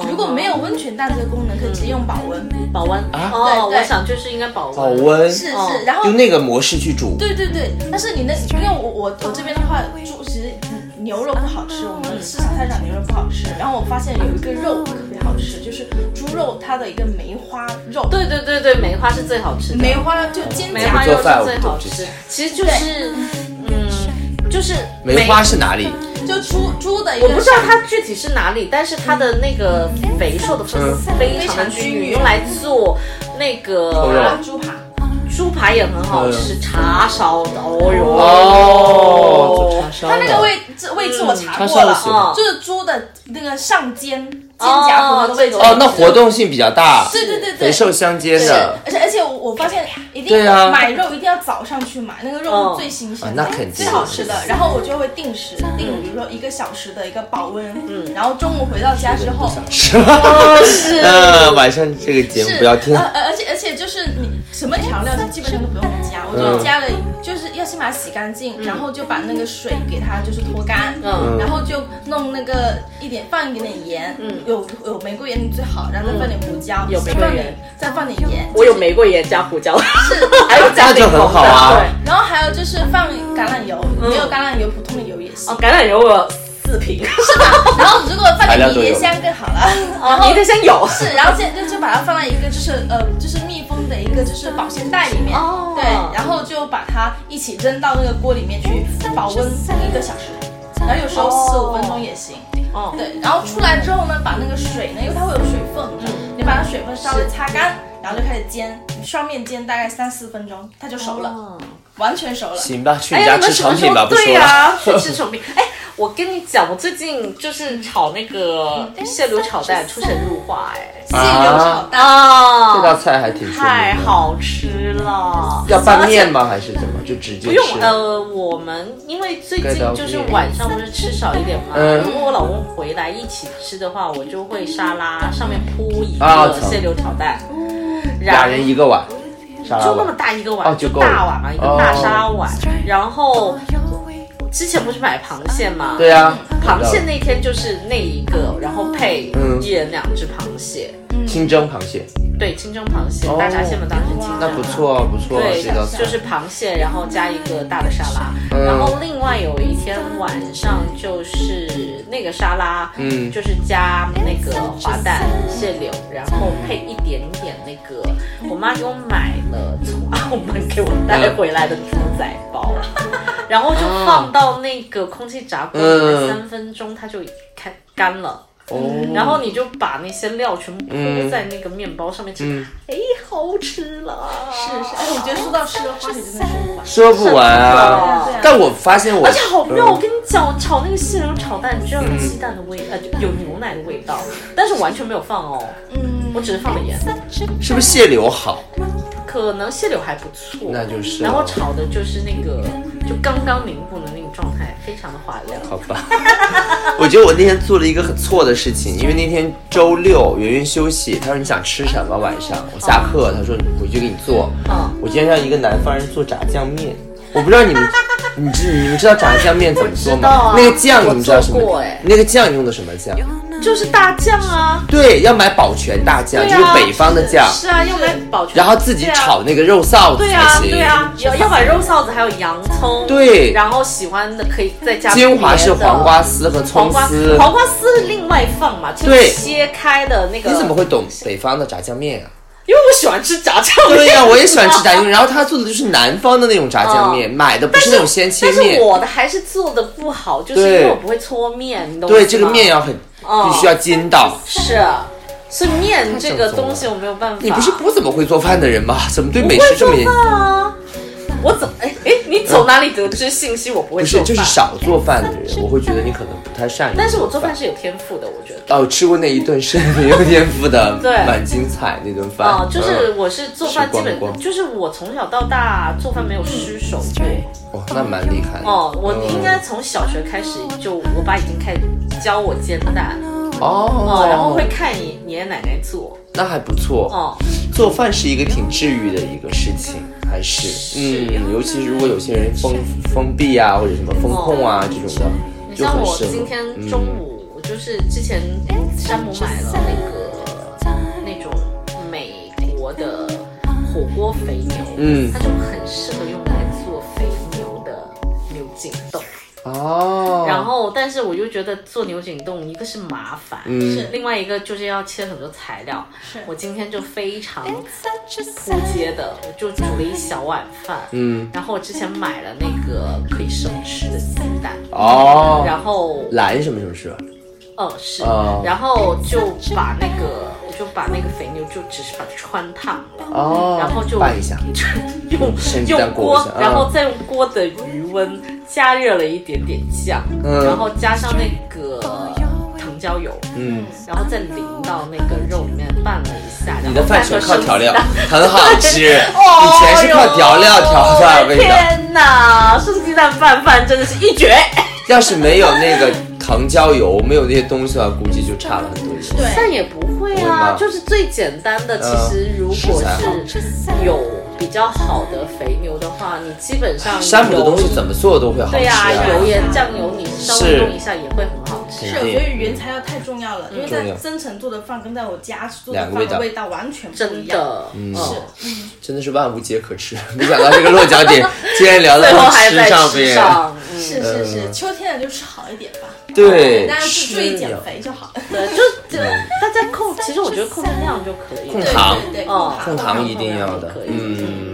如果没有温泉蛋这个功能，可以直接用保温。保温啊哦哦，对对我想就是应该保温。保温，是哦是，然后用那个模式去煮。对对对，但是你那，因为我我我这边的话，猪其实牛肉不好吃，我们市场菜市场牛肉不好吃。然后我发现有一个肉特别好吃，就是猪肉它的一个梅花肉，对对对对，梅花是最好吃的。梅花就煎梅饺花花肉是肉是最最好好吃吃，其实就是，嗯，就是梅花是哪里？就猪猪的一我个，不知道它具体是哪里，但是它的那个肥瘦的分子嗯非常的均匀，用来做那扣肉个猪扒，猪排也很好吃，叉烧的，哦哟，哦，做叉烧它那的个位置位置我查叉过烧了的，哦喜欢嗯就是猪的那个上肩肩胛骨那个位置。哦，那活动性比较大，对对对对肥瘦相间是的，而且而且我我发现一定对啊买肉一定要早上去买，那个肉嗯是最新啊鲜的，那肯定最好吃的。然后我就会定时定，比如说一个小时的一个保温，嗯然后中午回到家之后，是吧？哦 嗯，晚上这个节目是不要听呃。呃而且而且就是你什么调料基本上都不用加，嗯我就加了，就是要先把它洗干净，然后就把那个水给它就是脱干，嗯然后就弄那个一点放一点点盐，有有玫瑰盐最好，然后再放点胡椒，嗯有玫瑰盐再放点，再放点盐，我有玫瑰盐加胡椒，是。呃还有加那就柠檬的很好啊 对然后还有就是放橄榄油，没有橄榄油，普通的油也行嗯哦，。橄榄油我有四瓶，然后如果放点迷迭香更好了。然哦，后你得先有。是，然后现在就就把它放在一个就是呃就是密封的一个就是保鲜袋里面，哦对，然后就把它一起扔到那个锅里面去保温一个小时，然后有时候十五分钟也行。哦，对，然后出来之后呢，把那个水呢，因为它会有水分，嗯你把那水分稍微擦干，然后就开始煎，双面煎大概三四分钟，它就熟了，哦完全熟了。行吧，去 哎你呀，家你们吃什么产时品吧，候？不 对说呀了。，去吃成品。哎，我跟你讲，我最近就是炒那个蟹柳炒蛋，出神入化，哎，蟹柳炒蛋。啊，这道菜还挺出嗯太名的。好吃了。要拌面吗？还是怎么？就直接不吃？用，呃，我们因为最盖近到就是面晚上不是吃少一点嘛，嗯如果我老公回来一起吃的话，我就会沙拉上面铺一啊个层蟹柳炒蛋，俩然后人一个碗，沙拉就那么碗。大一个碗，哦就够了大碗嘛，一个大哦沙拉碗。然后之前不是买螃蟹嘛，对啊呀，螃蟹那天就是那一个，然后配嗯一人两只螃蟹，清蒸螃蟹，对清蒸螃蟹哦，大闸蟹嘛，当然是清蒸。那不。错不错，对这道，菜就是螃蟹，然后加一个大的沙拉，嗯然后另外有一天晚上就是那个沙拉，嗯就是加那个滑蛋、蟹柳，然后配一点点那个，我妈给我买了从澳门给我带嗯回来的猪仔包，然后就放到那个空气炸锅里面啊嗯三分钟，它就开干了。哦，然后你就把那些料全部嗯泼在那个面包上面，其实嗯哎，好吃了。是是，哎，我觉得说到吃的话题真的是不完。说不完是啊不完！但我发现我而且好妙，嗯我跟你讲，我炒那个蟹柳炒蛋，只有鸡蛋的味，呃，有牛奶的味道，但是完全没有放哦，嗯，我只是放了盐，是不是蟹柳好？可能蟹柳还不错，那就是了然后炒的就是那个就刚刚凝固的那个状态，非常的滑亮。好吧， 我觉得我那天做了一个很错的事情，因为那天周六圆圆休息，他说你想吃什么晚上，我下课，他说我就给你做，嗯，我今天让一个南方人做炸酱面，我不知道你们， 你知你们知道炸酱面怎么做吗？我知道啊那个酱你们知道什我做过么哎？那个酱你用的什么酱？就是大酱啊，对，要买保全大酱，对就啊是北方的酱，是啊，要买保全，然后自己对啊炒那个肉臊子对才啊，行。对啊，要要买肉臊子，还有洋葱，对然后喜欢的可以再加精华是别的黄瓜丝和黄葱瓜丝。黄瓜丝是另外放嘛，就是对切开的那个。你怎么会懂北方的炸酱面啊？因为我喜欢吃炸酱 面。对呀、我也喜欢吃炸酱面。然后他做的就是南方的那种炸酱面，哦买的不是那种鲜切 但面是。我的还是做的不好，就是因为对我不会搓面，你懂我意对，思这个吗面要很哦必须要筋道。是，是面这个东西我没有办法。你不是不怎么会做饭的人吗？怎么对美不食会这做么严？嗯饭啊？我怎么哎哎？你从哪里得知信息？我不会不是，做饭，就是。少做饭的人，我会觉得你可能不太善于。但是我做饭是有天赋的，我觉得。哦，吃过那一顿是很有天赋的， 对蛮精彩那顿饭。啊、就是嗯我是做饭，吃光基本光就是我从小到大做饭没有失手过。哦，那蛮厉害的。哦，我嗯应该从小学开始就我爸已经开始教我煎蛋，哦哦，，然后会看爷爷爷奶奶做，那还不错。哦，做饭是一个挺治愈的一个事情，还是嗯，尤其是如果有些人封封闭啊，或者什么风控啊、这种的，你就嗯像很我适合。嗯今天中午就是之前山姆买了那个那种美国的火锅肥牛，嗯它就很适合用来做肥牛的牛颈冻，哦，然后但是我就觉得做牛颈冻一个是麻烦，嗯，另外一个就是要切很多材料，我今天就非常扑街的，我就煮了一小碗饭，嗯，然后我之前买了那个可以生吃的鸡蛋，哦，然后蓝什么什么是？嗯是哦，然后就把那个我就把那个肥牛就只是把它穿烫了。哦，嗯然后就拌一下， 用生鸡蛋用裹一锅下，啊然后再用锅的余温加热了一点点酱，嗯然后加上那个藤椒油，嗯，然后再淋到那个肉里面拌了一下。你的饭全全靠调料，很 好吃，哦哎以前是靠调料调出来的呦味道。天哪，生鸡蛋拌饭真的是一绝。要是没有那个藤椒油，没有那些东西的话，估计就差了很多意思。对 但也不会不会啊吗，嗯就是最简单的，其实如果是有比较好的肥牛的话，你基本上山姆的油东西怎么做都会好吃、对呀、啊，油盐酱油你稍微是弄一下也会很好吃。是，我觉得原材料太重要了，因为嗯重在要增城做的饭跟在我家做两的个味饭道的味道完全不真一样。的，嗯，最真的是万物皆可吃。 没想到这个落脚 点竟然聊到后还吃在上吃边，上，嗯，是是是，嗯秋天的就吃好一点吧，对，嗯哦但是吃注意呀减肥就好。对，就就大家控，其实我觉得控量就可以了，控 对糖嗯对对，哦控糖一定要的可，以嗯，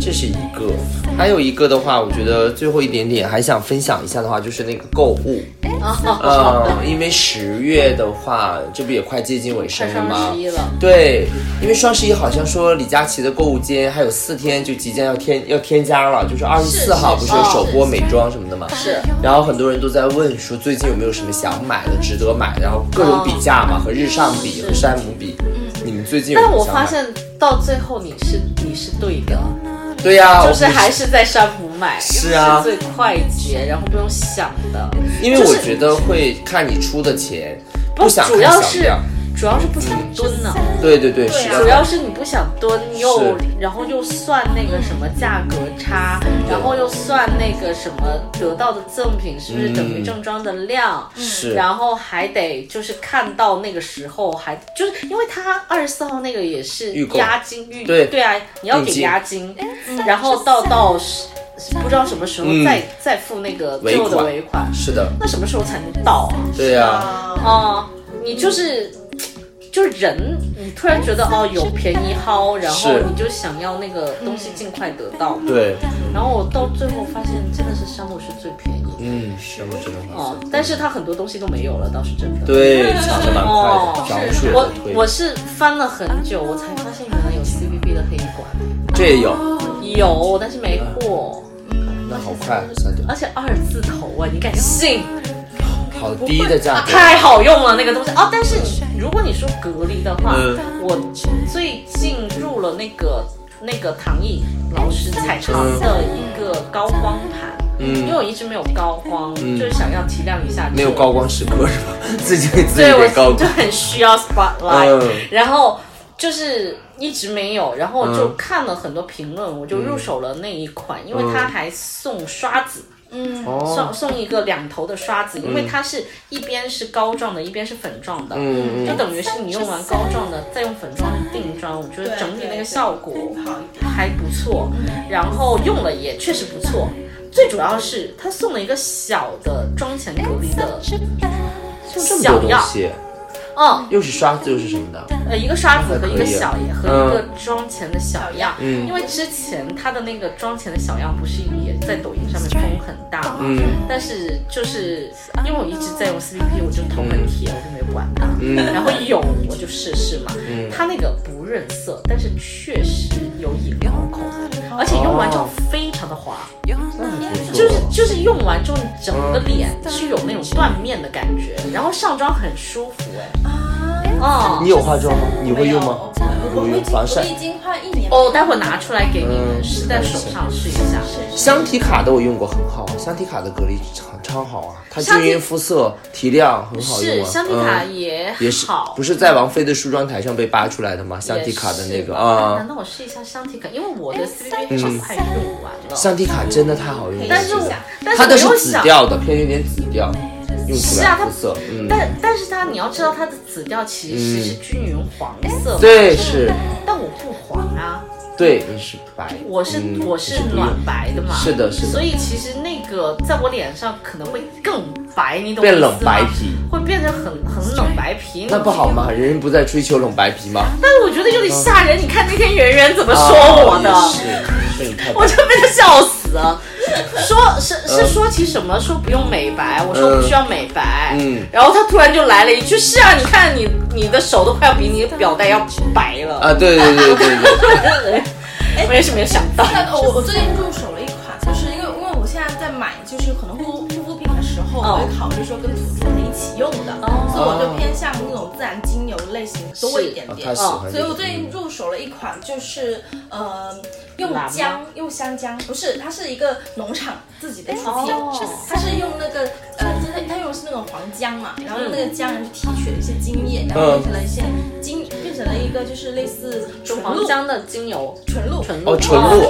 这是一个。还有一个的话，我觉得最后一点点还想分享一下的话，就是那个购物。哦呃，因为十月的话，这不也快接近尾声快了吗双十？一了，对，因为双十一好像说李佳琦的购物间还有四天就即将要添要添加了，就是二十四号不是有首播美妆什么的嘛，是。然后很多人都在问说最近有没有什么想买的、值得买的，然后各种比价嘛，和日上比和山姆比，你们最近有嗯但没有我想发买？现到最后你是你是对的，对呀、就我是还是在山姆买，是啊是最快捷，然后不用想的。因为就我是觉得会看你出的钱，不想主看要小是样。主要是不想蹲呢、对对对，是主的。要是你不想蹲，是又然后又算那个什么价格差，然后又算那个什么得到的赠品是不是等于嗯正装的量，是然后还得就是看到那个时候还就是因为他二十四号那个也是预购押金预对对啊，你要给定金押金，嗯然后到到是不知道什么时候嗯再再付那个尾最后的款尾款，是的，那什么时候才能到啊？对呀、啊，哦，你就是就是人，你突然觉得哦有便宜薅，然后是你就想要那个东西尽快得到嘛。对，然后我到最后发现真的是沙漠是最便宜嗯，是我真的很哦，但是它很多东西都没有了，倒是真的。对，抢的蛮哦快的，小红书也我在推，我是翻了很久，我才发现原来有 CBB 的黑管，这也有，有，但是没货，那好快，三点，而且二字头啊，你敢信？嗯好低的价格，太好用了那个东西哦。但是你如果你说隔离的话，嗯我最近入了那个那个唐毅老师哎采长的一个高光盘，因为嗯，我一直没有高光，就是想要提亮一下。没有高光时刻是吧？ 自己给自己对给高我就光，很需要 spotlight，、嗯然后就是一直没有，然后就嗯看了很多评论，我就入手了那一款，因为它还送刷子。送哦，送一个两头的刷子，因为它是一边是膏状的，一边是粉状的，嗯就嗯，等于是你用完膏状的，再用粉状的定妆，我觉得整体那个效果还不错，然后用了也确实不错。最主要是它送了一个小的妆前隔离的这么多小东样，西，嗯，又是刷子又是什么的，呃，一个刷子和一个小还可以啊样和一个妆前的小样，嗯因为之前它的那个妆前的小样不是也在抖音上面风很大嘛，嗯但是就是因为我一直在用 CPP，我就头很铁，我就没有管它。嗯，然后有我就试试嘛，它那个不润色，但是确实有引毛孔，哦而且用完之后非常的滑，那嗯还不错，就是就是用完之后你整个脸是有那种缎面的感觉，然后上妆很舒服哎、哦你有化妆吗？你会用吗？我我我已用经防晒我已经快一年了。哦，待会儿拿出来给你们嗯试在手上试一下。香缇卡的我用过，很好啊，香缇卡的隔离超超好啊，它均匀肤色，提亮，很好用是啊。香缇卡嗯也好，也是，不是在王菲的梳妆台上被扒出来的吗？香缇卡的那个啊难，道我试一下香缇卡？因为我的 CBB 是啊快用完了，香缇卡真的太好用了，但是我现在但是它的我是又紫想，调的，偏有点紫调，用出是啊来它肤色，嗯，但但是它你要知道它的紫调其实是均匀黄色，，对是，但我不黄啊，对你是白，我是、嗯我你是不暖用白的嘛，是的是的所以其实那个在我脸上可能会更白，你懂我意变思吗冷白皮，会变得很很冷白皮，那不好吗？人人不在追求冷白皮吗？但是我觉得有点吓人，你看那天圆圆怎么说我的。啊也是，对你太白 我就被他笑死 了。说是嗯是说起什么？说不用美白，我说嗯不需要美白。嗯然后他突然就来了一句：“是啊，你看你你的手都快要比你的表带要白了。啊，对对对对对。 我也是没有想到，那哦我我最近入手了一款，就是因为因为我现在在买，就是可能护护肤品的时候，哦我会考虑说跟涂唇一起用的，所以我就偏向那种自然精油类型多一点哦点他。喜欢所这以我个最近入手了一款，就是呃，用蓝吗姜，用香姜，不是，它是一个农场自己的出品哦，它是用那个呃，它它用的是那种黄姜嘛，然后用那个姜然后提取了一些精液，然后变成了一些精，变成了一个就是类似纯黄露，姜的精油，纯露，纯露，哦，纯露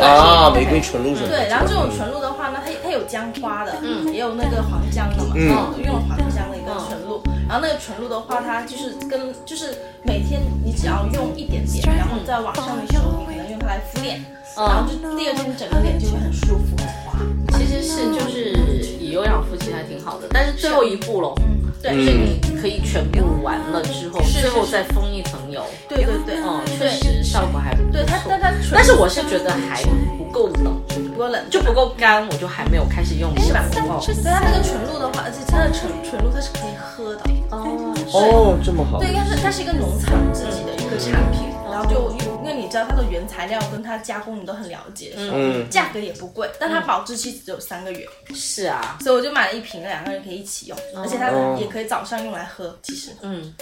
啊，哦玫瑰纯露什么的。对，然后这种纯露的话呢，它它有姜花的，嗯也有那个黄姜的嘛，嗯然后用了黄姜的一个纯露，然后那个纯露的话，它就是跟就是每天你只要用一点点，然后在晚上的时候你可能用它来敷脸，然嗯，后就第二天整个脸就会很舒服很滑。其实是就是以有氧复习还挺好的，但是最后一步喽。嗯，对，所以是你可以全部完了之后，是最后是再封一层油，对对对，嗯，确实效果还不错。对它，但它纯但是我是觉得还不够冷，不够冷，就不够干，我就还没有开始用是吧？哦但它那个纯露的话，而且它的纯纯露它是可以喝的。哦，哦，嗯这么好对，。应该是它是一个农场自己的一个产品，然后就因为你知道它的原材料跟它加工你都很了解，嗯，价格也不贵，但它保质期只有三个月，是是啊，所以我就买了一瓶，两个人可以一起用，而且它也可以早上用来喝。其实，嗯，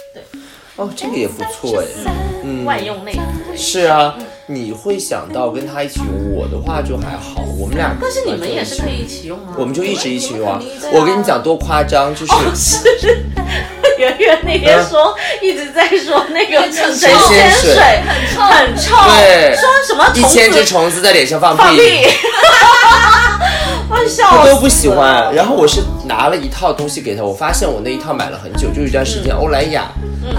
哦，这个也不错哎。嗯，外用内服。是啊，你会想到跟他一起用，我的话就还好，我们俩。但是你们也是可以一起用啊，我们就一直一起用啊你们肯定！我跟你讲多夸张，就是是圆圆那天说，一直在说那个神仙仙水水很臭，对说什么一虫千只子虫子在脸上放放屁，屁， 我笑死他了都不喜欢。然后我是拿了一套东西给他，我发现我那一套买了很久，就有一段时间嗯欧莱雅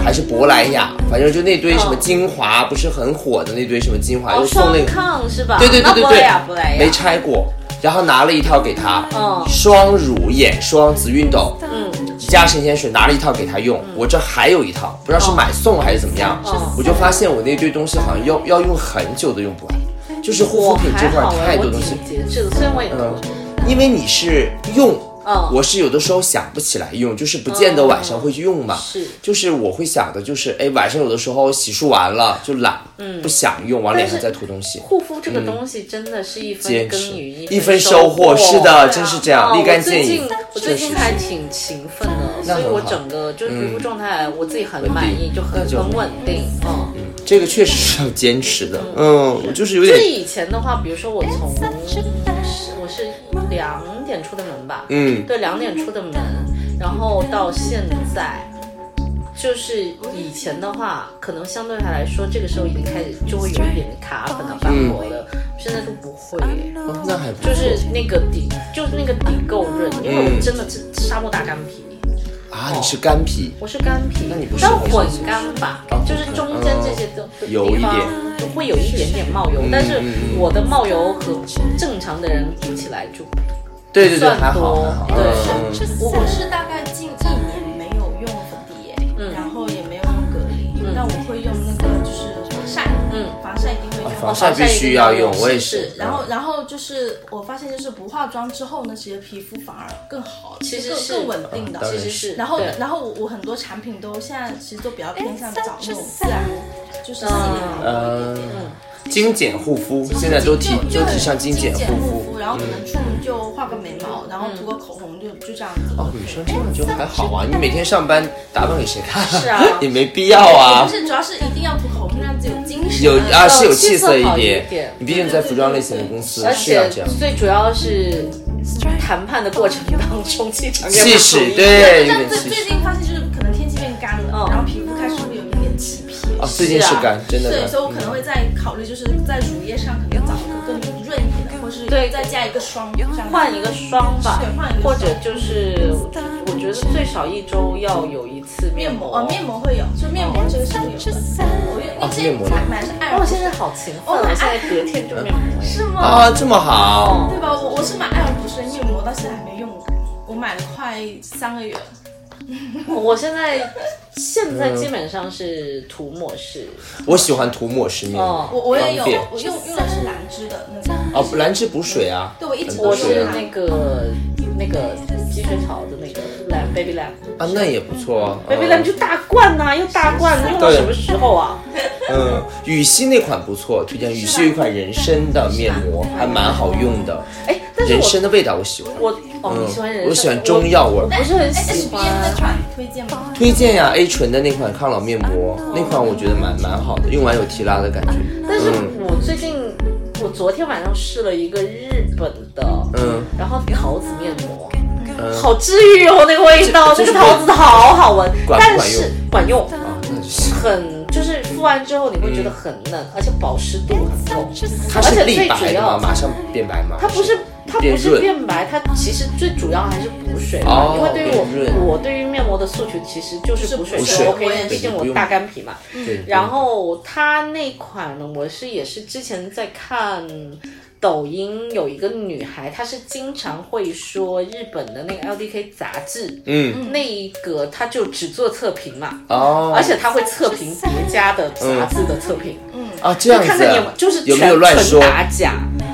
还是珀莱雅，反正就那堆什么精华不是很火的那堆什么精华，哦又送双那个，抗是吧？对对对对那不莱雅不莱对，雅没拆过。然后拿了一套给他，嗯双乳、眼霜、紫熨斗，嗯加神仙水拿了一套给他用，我这还有一套，不知道是买送还是怎么样，哦我就发现我那堆东西好像要要用很久都用不完，就是护我肤品这还块好哎，太我多东西挺，节制的，虽然我也嗯多，因为你是用，嗯我是有的时候想不起来用，就是不见得晚上会去用嘛，是就是我会想的就是，哎，晚上有的时候洗漱完了就懒，不想用，往脸上但是再涂东西。护肤这个东西真的是一嗯分坚耕持耘一分分收收获，是对啊的，真是这样，哦立竿我最见近影。我最确实近是还挺勤奋的，嗯那所以很我好整个就是皮肤嗯状态我自己很满定意，就很那就很好稳定，嗯。这个确实是要坚持的，嗯，我就是有就是点，以前的话，比如说我从我是两点出的门吧，嗯，对，两点出的门，然后到现在，就是以前的话，可能相对来说，这个时候已经开始就会有一点卡粉啊、斑嗯驳了，现在都不会耶。哦那还不错就是那个底，就是那个底够润，因为嗯我真的是沙漠大干皮，啊，你是干皮，我是干皮，那你不是哦但混干吧，就是中间这些都嗯地方有一嗯就会有一点点冒油，但是我的冒油和正常的人比起来就对对对，算还好，多还好，对嗯我我是大概近一年没有用粉底液，然后也没有用隔离，但我会用那个就是防晒，嗯防晒一定会用。防晒必须要用，我也是。然后，然后就是我发现，就是不化妆之后呢，其实皮肤反而更好，其实更是更稳定的。当其然实是然后对，然后我我很多产品都现在其实都比较偏向找那种自然，就是自然的。嗯，精简护肤现在都提就都就提倡精简简护护肤，然后可能出门就画个眉毛，然后涂个口红，就就这样子。哦，女生这样就还好啊，你每天上班打扮给谁看？是啊 也没必要啊不。是，主嗯要是一定要涂口红，让自己有精神。有啊，是有气气色色一好一点点。你毕竟在服装类型的公司而是要且这样，最主要是谈判的过程当 中气场也不气足势一对，有但点最气最势近发现就是可能天气变干了，嗯然后皮肤开始会有一点点起皮。啊。最近是干，真的对，干。所以我可能会再考虑，就是在乳液上可能找一个更润一点的，或是对再加一个霜，这样换一个霜吧对换一个，霜或者就是我觉得最少一周要有一次面面膜膜。哦，面膜会有，就面膜这个是会有的。我用那哦些面膜买买是爱哦，尔我兰现在好勤奋，我现在隔天就面膜。哦是吗？啊，这么好，对吧？我我是买爱尔博士的面膜，到现在还没用过，我买了快三个月了。我现在现嗯在基本上是涂抹式，我喜欢涂抹式面哦膜，我我也有方便，我用用的是兰芝的那个。哦，兰芝补水啊。对，我一直我我都是用那个那个积水草的那个 lamp baby lamp，baby 啊，那也不错啊。 lamp 就大罐呐，又大罐，用到对什么时候啊？嗯，羽西那款不错，推荐。羽西有一款人参的面膜，还蛮好用的，哎，但是人参我的味道我喜欢。我哦，你喜欢人参？我喜欢中药味儿。我，不是很喜 S 哎 B 欢 M 那款推荐吗？推荐呀，A 醇的那款抗老面膜，那款我觉得蛮蛮好的，用完有提拉的感觉。但是嗯我最近，我昨天晚上试了一个日本的，嗯，然后桃子面膜，嗯好治愈哦，那个味道，这这那个是桃子好好闻，管但不管是用管用，啊，那就行。很就是敷完之后你会觉得很嫩，而且保湿度很够，它而是且立最白主的吗？要马上变白吗？它不是。它不变是润变白，它其实最主要还是补水嘛。哦因为对于变润我，我对于面膜的诉求其实就是补水补是水嗯 OK 我也的，是毕竟不我用大干皮嘛。对。然后它那款呢，我是也是之前在看抖音有一个女孩，她是经常会说日本的那个 LDK 杂志，嗯那一个她就只做测评嘛，哦，而且她会测评别家的杂志的测评，啊这就样看子看你有啊，就是有全没有乱说纯？打假。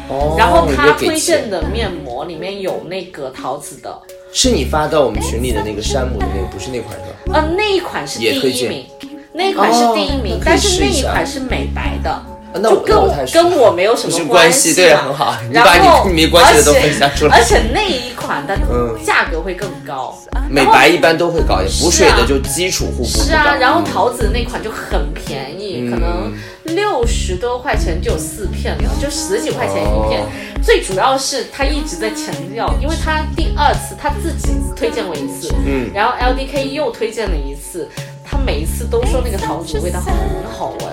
哦，然后她你就给推荐钱的面膜里面有那个桃子的，是你发到我们群里的那个山姆的那个，不是那款是吧？呃，那一款是第也推一荐名，那一款是第一名，哦那可以但是那试一一下款是美白的。啊那就我跟那我我太跟我没有什不是么关系系，嘛，对，很好，你然把你后跟你没关系的都分享出来而且。而且那一款的嗯价格会更高，美白一般都会搞，也补水是啊的就基础护肤不是搞啊，然后桃子那款就很便宜，可能六十多块钱就有四片了，就十几块钱一片。哦最主要是他一直在强调，因为他第二次他自己推荐我一次，嗯然后 LDK 又推荐了一次，他每一次都说那个桃子味道很好闻，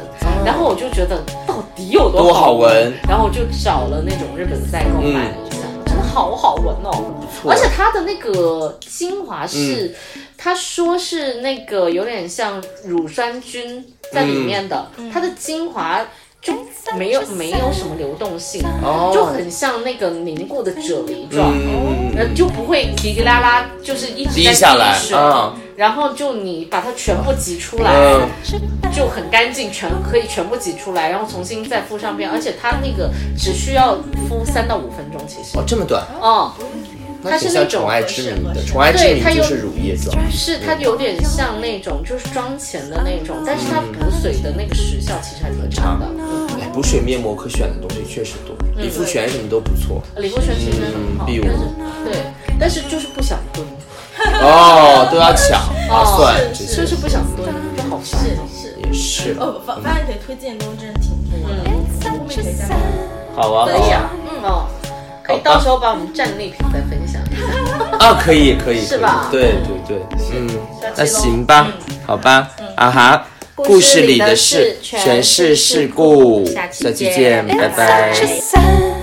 然后我就觉得到底有多好好闻然后我就找了那种日本代购买了一下，真的好好闻哦，错嗯而且它的那个精华是，他、说是那个有点像乳酸菌在里面的，嗯它的精华。就没有没有什么流动性，哦就很像那个凝固的啫喱状，嗯呃，就不会滴滴啦啦，就是一直在滴下来水，啊然后就你把它全部挤出来，嗯就很干净，全可以全部挤出来，然后重新再敷上遍，而且它那个只需要敷三到五分钟，其实哦，，这么短，哦，那挺像宠爱之谜的。宠爱之谜就是乳液皂，是它有点像那种就是妆前的那种，但是它补水的那个时效其实还挺长的。哎，补水面膜可选的东西确实多，嗯理肤泉什么都不 错。李肤泉其实很嗯好，，B5 但是对，但是就是不想蹲，哦，都要抢划哦算，这些就是不想蹲，就好烦。是，也是。哦，发发现给推荐的东西真的挺多的，后面可以再聊。好啊，可好以啊啊，嗯哦，可以到时候把我们战利品再分享一下。啊，可以可以，是吧可以对对对，嗯，那下期咯嗯行吧，好吧，啊哈，故故事事里里的的事事全全是是事事故，故下下期期见哎见，拜拜拜拜。 Just sad.